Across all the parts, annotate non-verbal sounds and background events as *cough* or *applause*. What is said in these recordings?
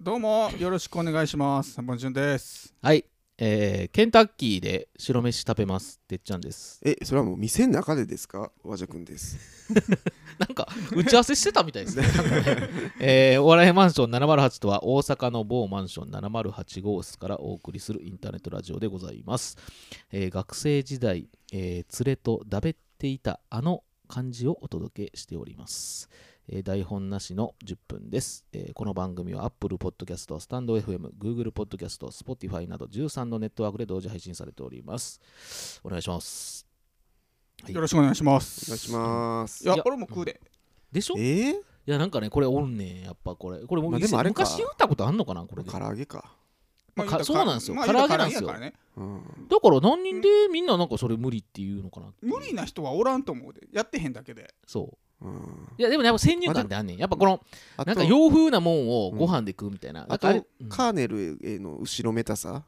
どうもよろしくお願いします。三本潤です。はい、えー、ケンタッキーで白飯食べますてっちゃんです *laughs* えそれはもう店の中でですか和じゃくんですなんか打ち合わせしてたみたい *laughs* ですねなんかねえーお笑いマンション708とは大阪の某マンション708号室からお送りするインターネットラジオでございます、えー学生時代、えー連れとだべっていたあの漢字をお届けしております、えー台本なしの10分です、えーこの番組は Apple Podcast、StandFM、Google Podcast、Spotify など13のネットワークで同時配信されておりますお願いしますはいよろしくお願いしまお願いしす。ますいやいや俺も食うで。でしょえいやなんかねこれおんねんやっぱこれこれもうまあでもあれか昔言ったことあんのかなこれー、で唐揚げか、ま言あうたらそうなんですよまあ唐揚げなんですよ言うたら唐揚げやからねうん、だから何人でみんななんかそれ無理っていうのかなっていう無理な人はおらんと思うで。やってへんだけで。そうん、ういやでもねやっぱ先入観ってあんねんやっぱこのあなんかよ洋風なもんをご飯で食うみたいな、だかあとらあれうんカーネルへの後ろめたさ、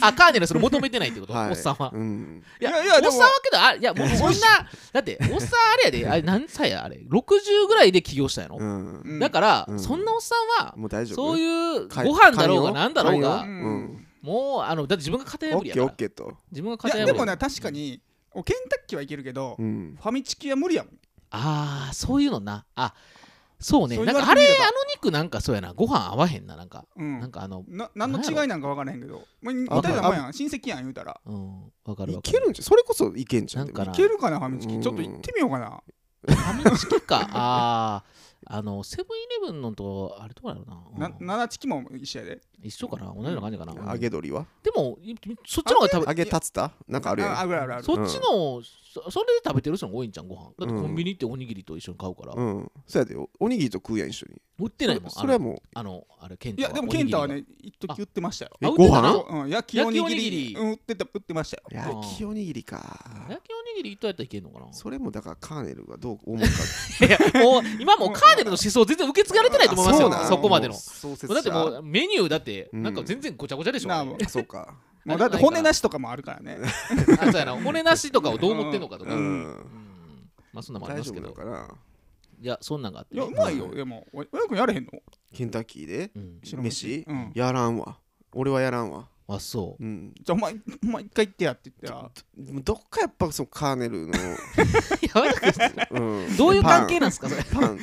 あカーネルはそれ求めてないってこと、おっさんはうん、いやいやいやでおっもさんはけどあいやもうそんなだっておっさんあれやであれ何歳やあれ60ぐらいで起業したんやろ、うんうんだから、うんそんなおっさんはもう大丈夫そうういうかご飯だろうが寛容何だろううがんうんもうあのだって自分が型オ破りッやかケーらオッケーと自分がい型破りややでからもね確かにおケンタッキーはいけるけど、うんファミチキは無理やもん。ああそういうのなあそうねそうなん言わかあれれてみればあの肉なんかそうやなご飯合わへんななんか、うんなんかあのな何の違いなんか分からへんけど、まあ、似あたようなもんやん親戚やん言うたらうんわかるいわけるんじゃんそれこそいけんじゃんなんかいなけるかなファミチキうんちょっと行ってみようかなファミチキかあああのセブンイレブンのとあれどこやろうな,、なうん、七チキも一緒やで一緒かな同じような感じかな、でうんも揚げ鶏はでもいそっちの方が食揚げ竜田なんかあるやんああるあるあべるそっちの、そそれで食べてる人が多いんじゃんご飯だってコンビニ行っておにぎりと一緒に買うから、うんそうやでおおにぎりと食うやん一緒に売ってないもんそれそれはもあのあのあれケンいタやでもケンタはおにね一時言ってましたよえあご売ってた飯のうん、焼きおにぎり焼きおにぎりうん売ってた売ってましたよう焼きおにぎりかぎり焼きおにぎり一等やったらいけんのかなそれもだからカーネルがどう思うかいやもう今もうカーネルの思想全然受け継がれてないと思いますあそうよなそんこまでのもう創設もうだ者ってもうメニューだってうんなんか全然ごちゃごちゃでしょ、なああれもうあそうかもうだって骨なしとかもあるからねあそうやな骨なしとかをどう思ってんのかとか、ううんんまあそんなんもあり大ます丈け夫などのかないやそんなんがあっていね、やうまいよでもお親くんやれへんのケンタッキーでうん、白飯うんやらんわ俺はやらんわあそううんじゃあお前お前一回行ってやって言ったらどっかやっぱそのカーネ *laughs* ルのい *laughs* やわかるうんどういう関係パンなんですかそれパン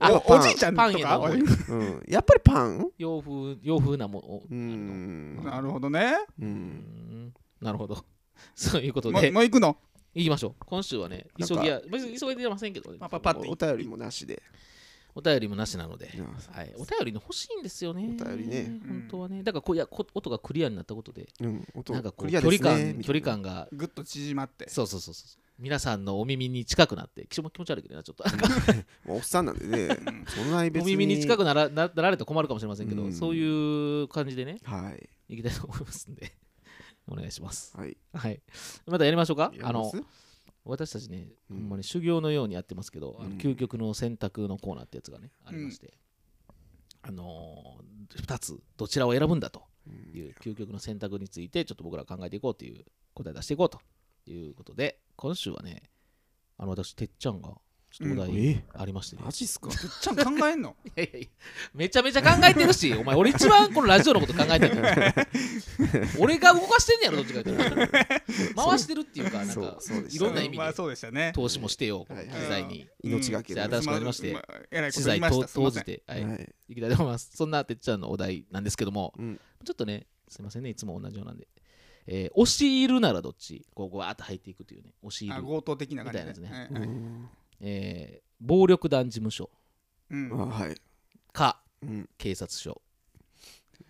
あおおじいちゃんパンとへかのうんやっぱりパン洋風洋風なものううんんなるほどねううんんなるほど *laughs* そういうこともでうもう行くのいきましょう今週はねなん急かぎや別に急ぎでませんけどねパパパってお便りもなしでお便りもなしなのでいやはい、お便りの欲しいんですよね。お便りね本当はね。だからこういやこ音がクリアになったことで、うん音なんかこクうリ距ア離で感、すねみた距いな離感が、ぐっと縮まってそうそうそうそう。皆さんのお耳に近くなって、気持ち悪いけどな、ちょっと。 *laughs* もうおっさんなんでねんそんなに別おに耳に近くならななられたら困るかもしれませんけど、うんそういう感じでね、はいいきたいと思いますんで、 *laughs* お願いします。はいはい。またやりましょうか。あやりまのす、私たちね、ほうんんまに修行のようにやってますけど、あうのん究極の選択のコーナーってやつがね、ありまして、あのー、2つ、どちらを選ぶんだと。うんいう究極の選択についてちょっと僕ら考えていこうという答え出していこうということで今週はねあの私てっちゃんがちょっとお題えありましてね、マジっすかぐっちゃん考えんのいやいやいやめちゃめちゃ考えてるしお前俺一番このラジオのこと考えてる俺が動かしてんねやろどっちか言ったら回してるっていうかなんそうかそう *laughs* でいしたろんな意味まあでそうでしたね投資もしてよこはのい機材に命がけじゃあで新しくなりましてすえらいこ資と言い材ましとたすいま投せじんてははいいいきたいと思いますそんなてっちゃんのお題なんですけどもうんちょっとね、すみませんね、いつも同じようなんで。えー、押し入るならどっちこう、わーっと入っていくというね、押し入ある。強盗的な感じみたいなねやつうんうんえー、暴力団事務所うんうんあはいかうん警察 *laughs* 署。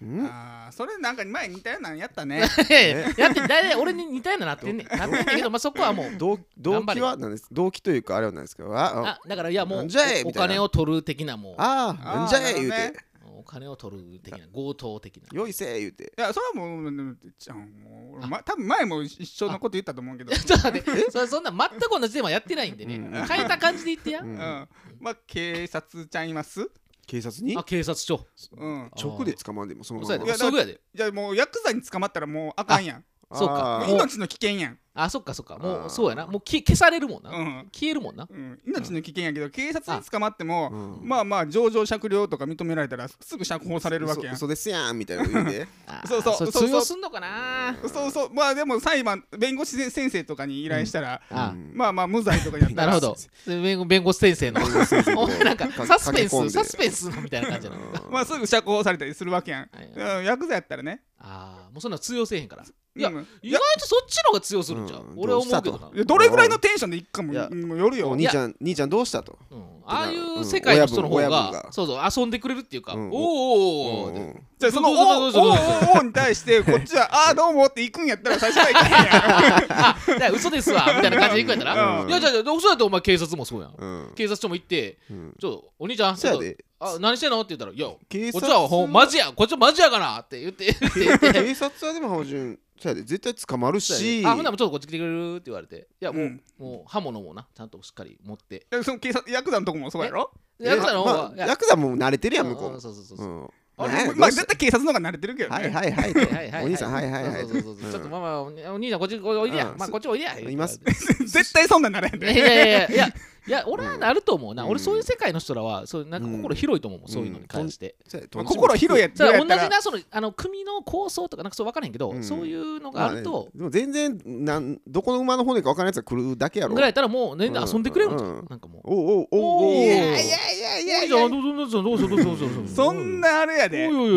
うんあーそれなんか前似たようなのや *laughs* ったねやって、大体俺に似たようななってん *laughs* ねん。なってんねんけど、まあ、そこはもう。動動頑張機れは何です動機というかあれは何ですかあああだからいやもなうんじゃいおおみたいな金を取る的なもあーなんじゃあーえ言うなるほどねてうお金を取る的な強盗的なよいせ言うていやそれはもううんちゃんもう、ま、多分前も一緒のこと言ったと思うけど、 *laughs* ちょっと待ってそそんな全く同じテーマやってないんでねうん変えた感じで言ってや、うんんまあ警察ちゃいます警察にあ警察署うんあ直で捕まんでもそのそうまいややまでだすぐやでじゃあもうヤクザに捕まったらもうあかんやんそうかあーもう命の危険やん、あそっかそっかもあうーそうやなもうき消されるもんな、うん消えるもんなうん、命の危険やけど警察に捕まっても、うんまあまあ情状酌量とか認められたらすぐ釈放されるわけやん嘘嘘ですやんみたいなの言うてあーそうそうれそうそう通用すんのかなそうそうまあでも裁判弁護士せ先生とかに依頼したら、あうんまあまあ無罪とかやっーたならるほど弁護弁護士先生の *laughs* お前なんかかサスペン駆け込んスサでスペンスのみたいな感じなのまあすぐ釈放されたりするわけやん、はいうん、ヤクザやったらねああもうそんな通用せえへんからいやうん意外とそっちの方が通用するんじゃん、うん俺は思うけどなどうしたといやどれぐらいのテンションでいくかもいやもうよるおよ兄ちゃん兄ちゃんどうしたとうんああいう世界の人の方親分が親分がそうそう遊んでくれるっていうか、うんおおおーおーおーうんじゃあその「おどおうぞどうぞどうぞおおお」に対 *laughs* してこっちは「ああどうも」って行くんやったら最初から行くんやんあじゃあ嘘ですわみたいな感じでいくやったら、うんいやじゃあじゃあ嘘だとお前警察もそうやん、うん警察署も行ってうんちょっとお兄ちゃんそちょやっとであ何してんのって言ったら「いやこ警っち察はほんマジやこっちはマジやかな」って言 *laughs* って言って警察はでもハモジュンそうやで絶対捕まるしあほんならちょっとこっち来てくれるって言われていやもう,、うんもう刃物もなちゃんとしっかり持ってで *laughs* その警察ヤクザのとこもそうやろでヤクザの方が、まあいやヤクザも慣れてるやん向うんうんこそうそうそうううそう、んあなんやまあどうし絶対警察の方が慣れてるけどね、はいはいはいはいはいとお兄さんはいはいはいそうそうそうそうちょっとまあまあお兄お兄ちゃんこっちおいでや、うんまあこっちおいでやいます *laughs* 絶対そんなんなれへんいでやい *laughs* やいやいやいや俺はなると思うな、うん俺そういう世界の人らはそうなんか心広いと思う、そういうのに関して、そうやでまあ心広いやつそやれっ同じたらなそのあの組の構想とかなんかそう分からへんけど、うんそういうのがあると、まあねでも全然なんどこの馬の骨か分からないやつが来るだけやろぐらいやったらもう全然うん遊んでくれるんじゃん、うんなんかもう。おうおうおうおうおういやいやいいやいじゃやんどうぞどうぞどうぞどうぞどうぞどうぞそんなあれやおいでおいおいお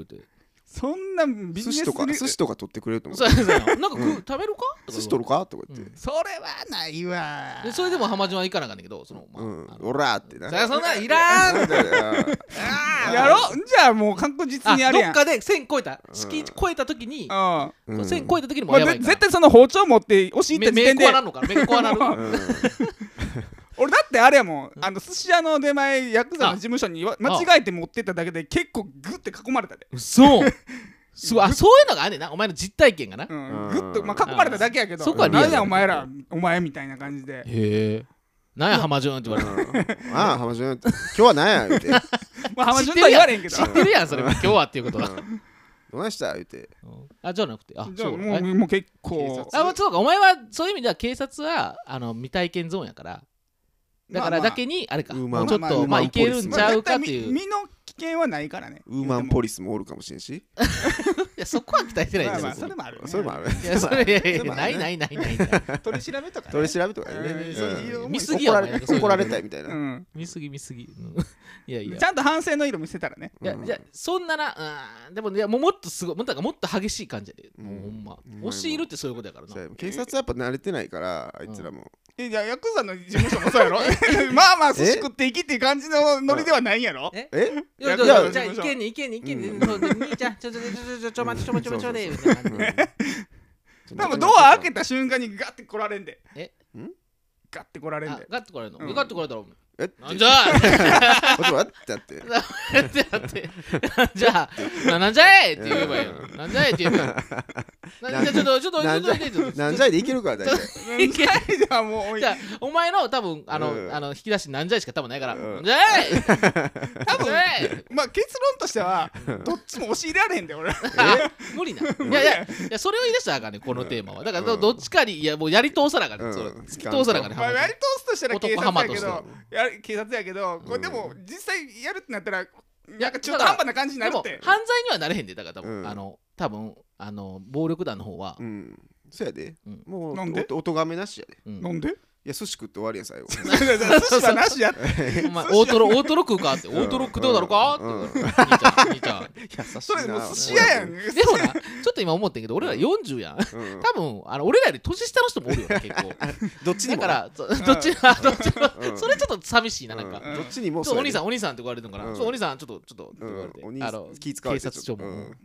いってそんなビジネス寿司とかリ寿司とか取ってくれると思うそうそうなんか食ううん食べるかとか寿司取るかとか言っうてんそれはないわでそれでも浜島は行かなあかんねんけどそのまあうんあのおらーってなそりゃそんなんいらんなんだよやろじゃあもう確実あにやるどやっんかで線超えた敷地超えた時にうんうん線超えた時にもまうあ、やばぜいから絶対その包丁持って押し入目った時目点コアでなるのかな目コアな *laughs* る *laughs* うん俺だってあれやもんあの寿司屋の出前ヤクザの事務所にわ間違えて持ってっただけで結構グッて囲まれたで、そうそうあそういうのがあんねんなお前の実体験がなへうんうんグッと、まあ、囲まれただけやけどそこはリアル何やお前らお前みたいな感じでえなんや浜島って言われるうんああ浜島今日は何や言うてまあ浜知順ってとるは言わやんれへんけど知ってるやんそれ今日はっていうことはどないした言うてあじゃなくてあじゃそあうもえうもう結構あそうかお前はそういう意味では警察はあの未体験ゾーンやからだからだけにあれかもうまあうちょっまあまあとまあいけるんちゃうかっていうまあ絶対身身の危険はないからねウーマンポリリスもおるかもしれんしいやそこは期待してないまあまんであすそよれもある、ね、それもあるいやそれいやいやそれもあなるいねないないない取り調べとか、ね、取り調べとかでうねんそういううん思い見すぎ怒やらお前れそういうの怒られたいみたいなうん見すぎ見すぎうんいやいやちゃんと反省の色見せたらねいやうんいやそんなな、うん、でもいやもうもっとすごいもっとなんかもっと激しい感じやで、うんもうほんまほんまに押し入るってそういうことやからなそうや警察はやっぱ慣れてないからあいつらもえじゃあヤクザの事務所もそうやろ *laughs* まあまあ寿司食っていきっていう感じのノリではないんやろええいやいいややいやじゃあいけんねいけんねいけんね、うんそうで兄ちゃんちょちょちょちょちょちょ待ってちょ待ってちょ待ってちょ待ってみたいな感じで多分ドア開けた瞬間にガッて来られんでえんガッて来られんあでガッてこられるの、うんガッてこられたらえ「なんじゃこっちもやってやってい!」ってなって「じゃあなんじゃい!」って言えばいいのなんじゃい!」って言えばいいのなんじゃちょっとちょっとなんじゃいちょっとなんじゃいでいけるから *laughs* 大 *laughs* 体何回ではもうじゃあお前の多分あの、うんあの引き出しなんじゃいしか多分ないから「うんじゃ *laughs* い!」多分えまあ結論としてはどっちも押し入れられへんで俺 *laughs* 無 *laughs* 理ないやいやいやそれを言い出したらあかんねこのテーマはだからどうんどっちかにいやもうやり通さなあかんねうんんそれ突き通さなあかんねまあ浜や田り通すとしたら警男ハマ察とやけしてどやる警察やけどこれでも実際やるってなったらなんか中途だから半端な感じになでるっもて犯罪にはなれへんでだから多分、うんあの多分あの暴力団の方はう、んそうやでうんもうなんでおお咎めなしやでうんなんでいや寿司食って終わりや *laughs* ん最後 *laughs* 寿司はなしやってお *laughs* 前大トロ大トロ食うかって大トロ食うだろうかって言うから兄ちゃん兄ちゃん *laughs* 優しそれいもうな寿司屋やん *laughs* でもなちょっと今思ってんけど俺ら40やんうん多分あの俺らより年下の人もおるよね *laughs* 結構どっちにだもからそどっちもどっちうもんそれちょっと寂しいななんか、うんどっちにもちょっとお兄さんん、お兄さんって言われるのかな、うんちょっとお兄さん、ちょっと、ちょっとってう言われんて、お兄あさのん気使わ警れて察署も、うん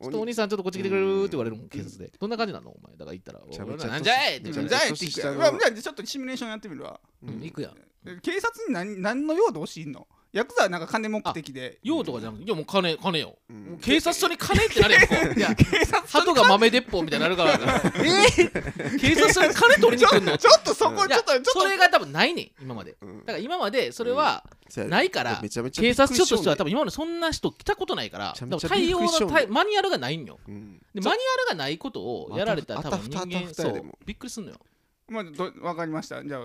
ちょっとお兄さん、ちょっとこっち来てくれるって言われるもん、警察で。どんな感じなのお前、だから言ったら、ちゃめ俺ちゃらなんじゃいってめじちゃ言あってめち、行ってきたまあじゃあちょっとシミュレーションやってみるわうん行くやん。警察に何何の用で押し入んのいヤクザはなんか金目的で用とかじゃなくて、いやもう金、金よ。うんもう警察署に金ってなれよ。いや警察鳩が豆鉄砲みたいになるから。え *laughs* ー警察署に金取りに来んのちょっとそこいちやょっとちょっとそれが多分ないねん今までうんだから今までそれはせやないからめちゃめちゃ警びっくり察署としてはしよ多分今までそんな人来たことないからめち多ゃめ分ちゃ対応びっくりしのようね対マニュアルがないんようねうんでそマニュアルがないことをやられたら多あた分ふ人たあた間ふたそやでうもびっくりすんのよまあどわかりましたじゃあ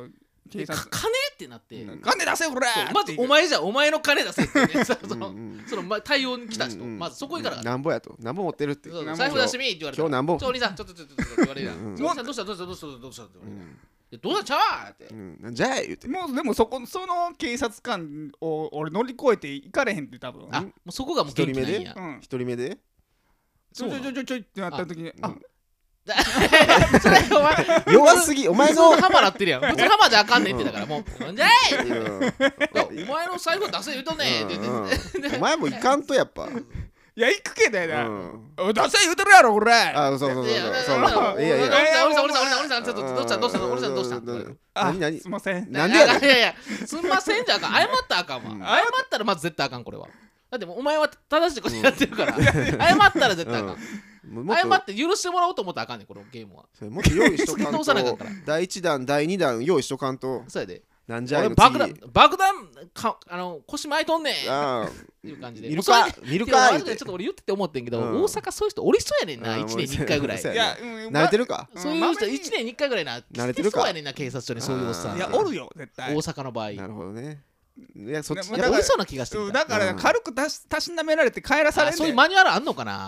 警でか察金ってなってうん金出せこれそうまずお前じゃお前の金出せってねそうそのうんうんそのま対応に来た人うんうんまずそこからうがんなんぼやとなんぼ持ってるってそうなんぼ財布出してみって言われた今日なんぼちょお兄さんちょっとちょっとちょっとって言われるやうんんちょお兄さんどうしたどうしたどうしたどうしたって言われうるやんいんやどうしたちゃうってうんなんじゃあ言うてもうでもそこその警察官を俺乗り越えていかれへんって多分あもうそこがもう元気ないんやうん一人目でちょちょちょちょちょってなった時にああうんそれお前弱すぎお前普通ののハマなってるやん。普通ハマじゃあかんねんってだから、もう、なんじゃいうんお前の財布出せ言うとんねんって言って。うんうんお前もいかんとやっぱいや行くけどやな、うんおい出せ言うてるやろこれあそうそうそういやいやそうそういやいやお兄さん、お兄さん、お兄さん、お兄さん、ちょっとどうしたどうしたお兄さん、どうしたあ何何すいませんなんでやねんいやいや、すんませんじゃあかん。謝ったらあかんわう。ん謝ったらまず絶対あかん、これは。だってもうお前は正しいことやってるから、謝ったら絶対あかん。ももっと謝って許してもらおうと思ったらあかんねん、このゲームは。それもっと用意しとずっと押さなあかんかからんと第一弾第二弾用意しとかんとそうやで。なんじゃい俺の爆弾次、爆弾、かあの腰巻いとんねん。あーっていう感じで。見もるうかそれ見るいやかマ言うジでちょてっと俺言ってて思ってんけど、うん大阪そういう人おりそうやねんな、う1ん年に1回ぐらい。そういやや、うん慣れてるかまそういう人、まあ1年に1回ぐらいな、慣れてるかそうやねんな、警察署にそういうおっさあん。いーやおるよ絶対大阪の場合。いなや、るほどねいやそっちねだやっおかりらそうな気がしてうきんた。だから、うん軽くたしたしなめられて帰らされあんそういねうんマニュアルあんのかな、やっ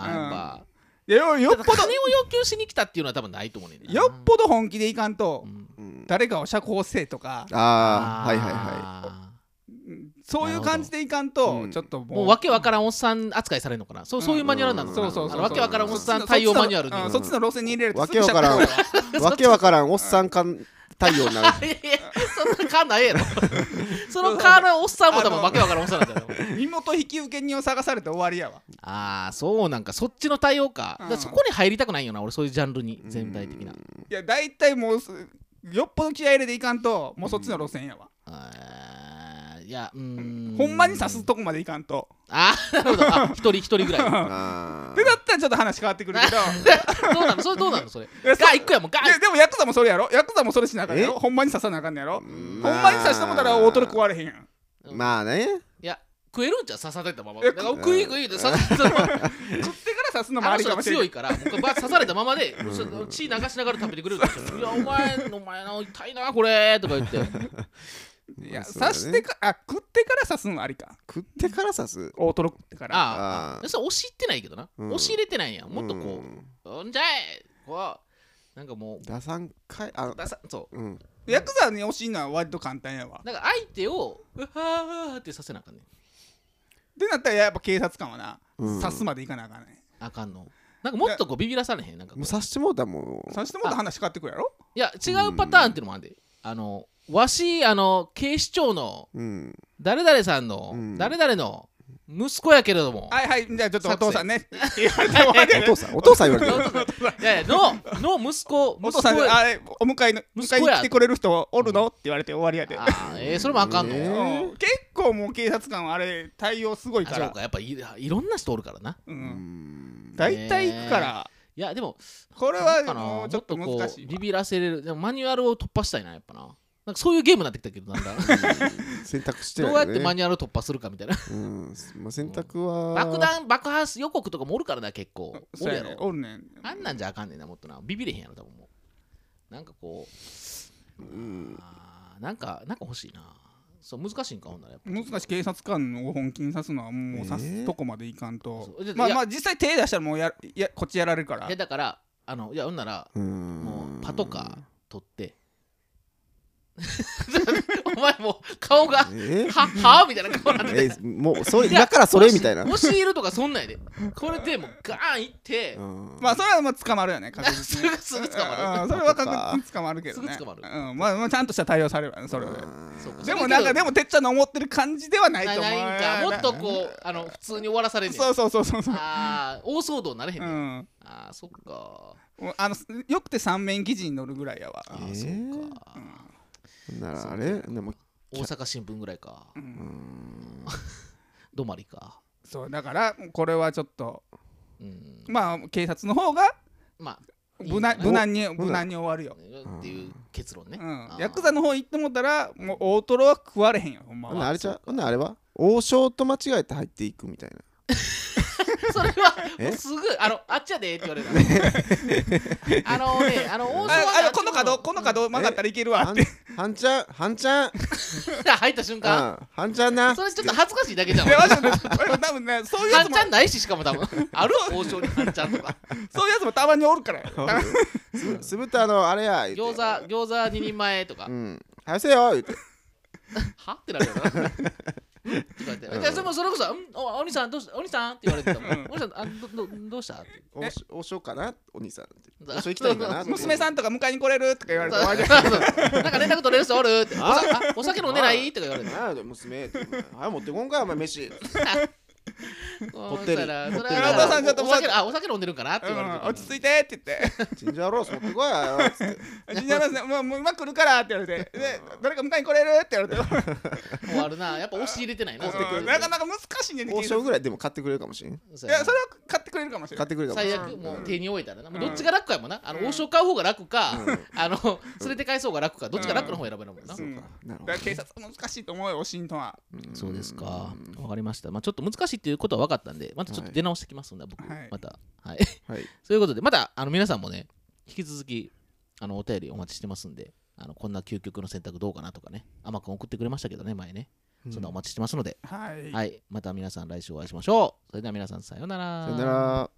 ぱ。いやよよっだってぽ金を要求しに来たっていうのは多分ないと思うねんな。どよっぽど本気でいかんと、うんうん誰かを釈放せえとかああはいはいはあうんそういう感じでいかんなるほと、どちょっともーうもうわけわからんおっさん扱いされるのかな。そうそういうマニュアルなのかそな。うそうあそうのわけわからんおっさそっんちの対応マニュアルに。 *laughs* うんそっちの路線に入れるとわすけぐわ釈放からんやわいわけわからんおっさんかん対応になるいやいやそんな勘ないやろ。 *laughs* その勘のおっさんも多分わけわからんおっさんなんだよ。身元引受人を探されて終わりやわああそうなんかそっちの対応か,、うんだからそこに入りたくないよな俺そういうジャンルに全体的な、いや大体もうすよっぽど気合い入れていかんともうそっちの路線やわ、あーいやうーんほんまに刺すとこまでいかんと、ああなるほどあ一人一人ぐらいあでだったらちょっと話変わってくるけどどうなのそれどうなのそれやそうガ一個やもんガいやでもヤクザもそれやろヤクザもそれしなあかんやろえほんまに刺さなあかんのやろ、ーほんまに刺してもたら大トロ食われへんやんまあねいや食えるんじゃう刺されたままえだから食い食いで刺されたまま食ってから刺すのもああのり人かもがしれ強ないいからもうバーッ刺されたままでもうちょっと血流しながら食べてくれるでしょいやお前お前の痛いなこれとか言っていやそうだ刺ねしてかあ食ってから刺すのありか食ってから刺す大トロ食ってからあああーそれ押し入ってないけどな、うん押し入れてないんやもっとうこう、んうん、じゃいこうなんかもう打算かいあださそううんヤクザに惜しいのは割と簡単やわなんか相手をうわーってさせなあかんねんでなったらやっぱ警察官はな、うん刺すまでいかなあかんねあかんのなんかもっとこうビビらされへんなんかこもうう刺してもうたもん刺してもらったら話変わってくるやろいや違うパターンっていうのもあんであのわしあの警視庁のうん誰々さんの、うん誰々の息子やけれども、はいはいじゃあちょっとお父さんねって言われて終わりやおね父さんお父さん言われてるいやいやのの息子 *laughs* お息父子さんやあれお迎えの息迎子えやに来てくれる人おるのって言われて終わりやであーえーそれもあかんの、ねうん結構もう警察官はあれ対応すごいあかそうらかやっぱいいろんな人おるからなううんん大体行くからいやでもこれなはんかなもうちょっともこう難しいわビビらせれるでもマニュアルを突破したいなやっぱななんかそういうゲームになってきたけどなんだ *laughs* 選択してどなういやよってマねニュアルを突破するかみたいなうんまあ選択は爆弾爆破予告とかもおるからな結構おそうるややねろおるねんあんなんじゃあかんねんなもっとなビビれへんやろ多分もうなんかこうあーなんかなんか欲しいなそう難しいんかほんならやっぱ難しい警察官を本気に刺すのはもう刺えすーととこまでいかんとそうまあいやまあ実際手出したらもうやいやこっちやられるからいやだからあのいやほんならうんもうパトカー取って *laughs* お前もう顔がえははみたいな顔になってえもうそれいやだからそれみたいな押し入るとかそんなんやでこれでもうガーンいってうんまあそれはまあ捕まるよね確す実ぐにすぐ捕まるうんそれは確実に捕まるけどねすぐ捕まるうんまあまあちゃんとした対応されるわねそれはそうかでもなんかでもてっちゃんの思ってる感じではなないいと思うないんかもっとこうあの普通に終わらされんねんそうそうそうそうそうああ大騒動になれへんうねん、んああそっかもうあのよくて三面記事に載るぐらいやわああ、えーそっかならあれでも大阪新聞ぐらいかう。んどまりか。そうだからこれはちょっとうん。まあ警察の方がまあ、いい無んじゃ難無な難に無難に終わるよ、いっていう結論ね。うんあ、ーヤクザの方行ってもったらもう大トロは食われへんよほんまほんならはあれちゃうほんならあれは王将と間違えて入っていくみたいなそれは、もうすぐ、あの、あっちやでって言われた。あのね、あの、あ王将あこの角この角曲がったらいけるわっはんてはん *laughs* ちゃんはんちゃん入った瞬間、あはんちゃんなそれちょっと恥ずかしいだけじゃん。で半マジで *laughs* これ多分ねそういうやつもちゃんないし、しかも多分。ある王将に半ちゃんとか。そういうやつもたまにおるからす酢豚のあれや言う餃て子、餃子2人前とかう。ん早せよ言うてはってなるよな。とか言ってじゃあそれもそれこそ「うんおお兄さんどうしたお兄さん?」って言われてたもん「お兄さんあどどどうした?」って王将王将かなお兄さんってだ王将行きたいんかなって娘さんとか迎えに来れるとか言われてそうそうなんか連絡取れる人おるっておさあお酒飲んでないとか言われてなんやで娘ってお前はい持ってこんかお前飯ほってりそらそれお父さんちょっはとお酒あお酒飲んでるんかなってう言われてんた落ち着いてって言ってチンジャーロース持ってこいよつ *laughs* って「 *laughs* 死んじゃいますねもうもう今来るから」って言われて「で誰か迎えに来れる?」って言われて終わるなやっぱ押し入れてないなうんなかなか難しいねんね王警察将ぐらいでも買ってくれるかもしれんそいうややなそれは買ってくれるかもしれな買いってくれるかもし最れん悪もううん手に負えたらな、もううんどっちが楽かやもんなあの王将買う方が楽か、あの連れて帰そうが楽かどっちが楽の方選べるもんな、うんそうかなるほだからど警察は難しいと思うよワシントンはそうですか。わかりました。まあちょっと難しいっていうことは分かったんで、またちょっと出直してきますので、僕、はいまた。はい。 *laughs* はいそういうことで、またあの皆さんもね、引き続きあのお便りお待ちしてますんで、あのこんな究極の選択どうかなとかね、あまくん送ってくれましたけどね、前ね。そんなお待ちしてますので、はいはい。また皆さん来週お会いしましょう。それでは皆さん、さようなら。さよなら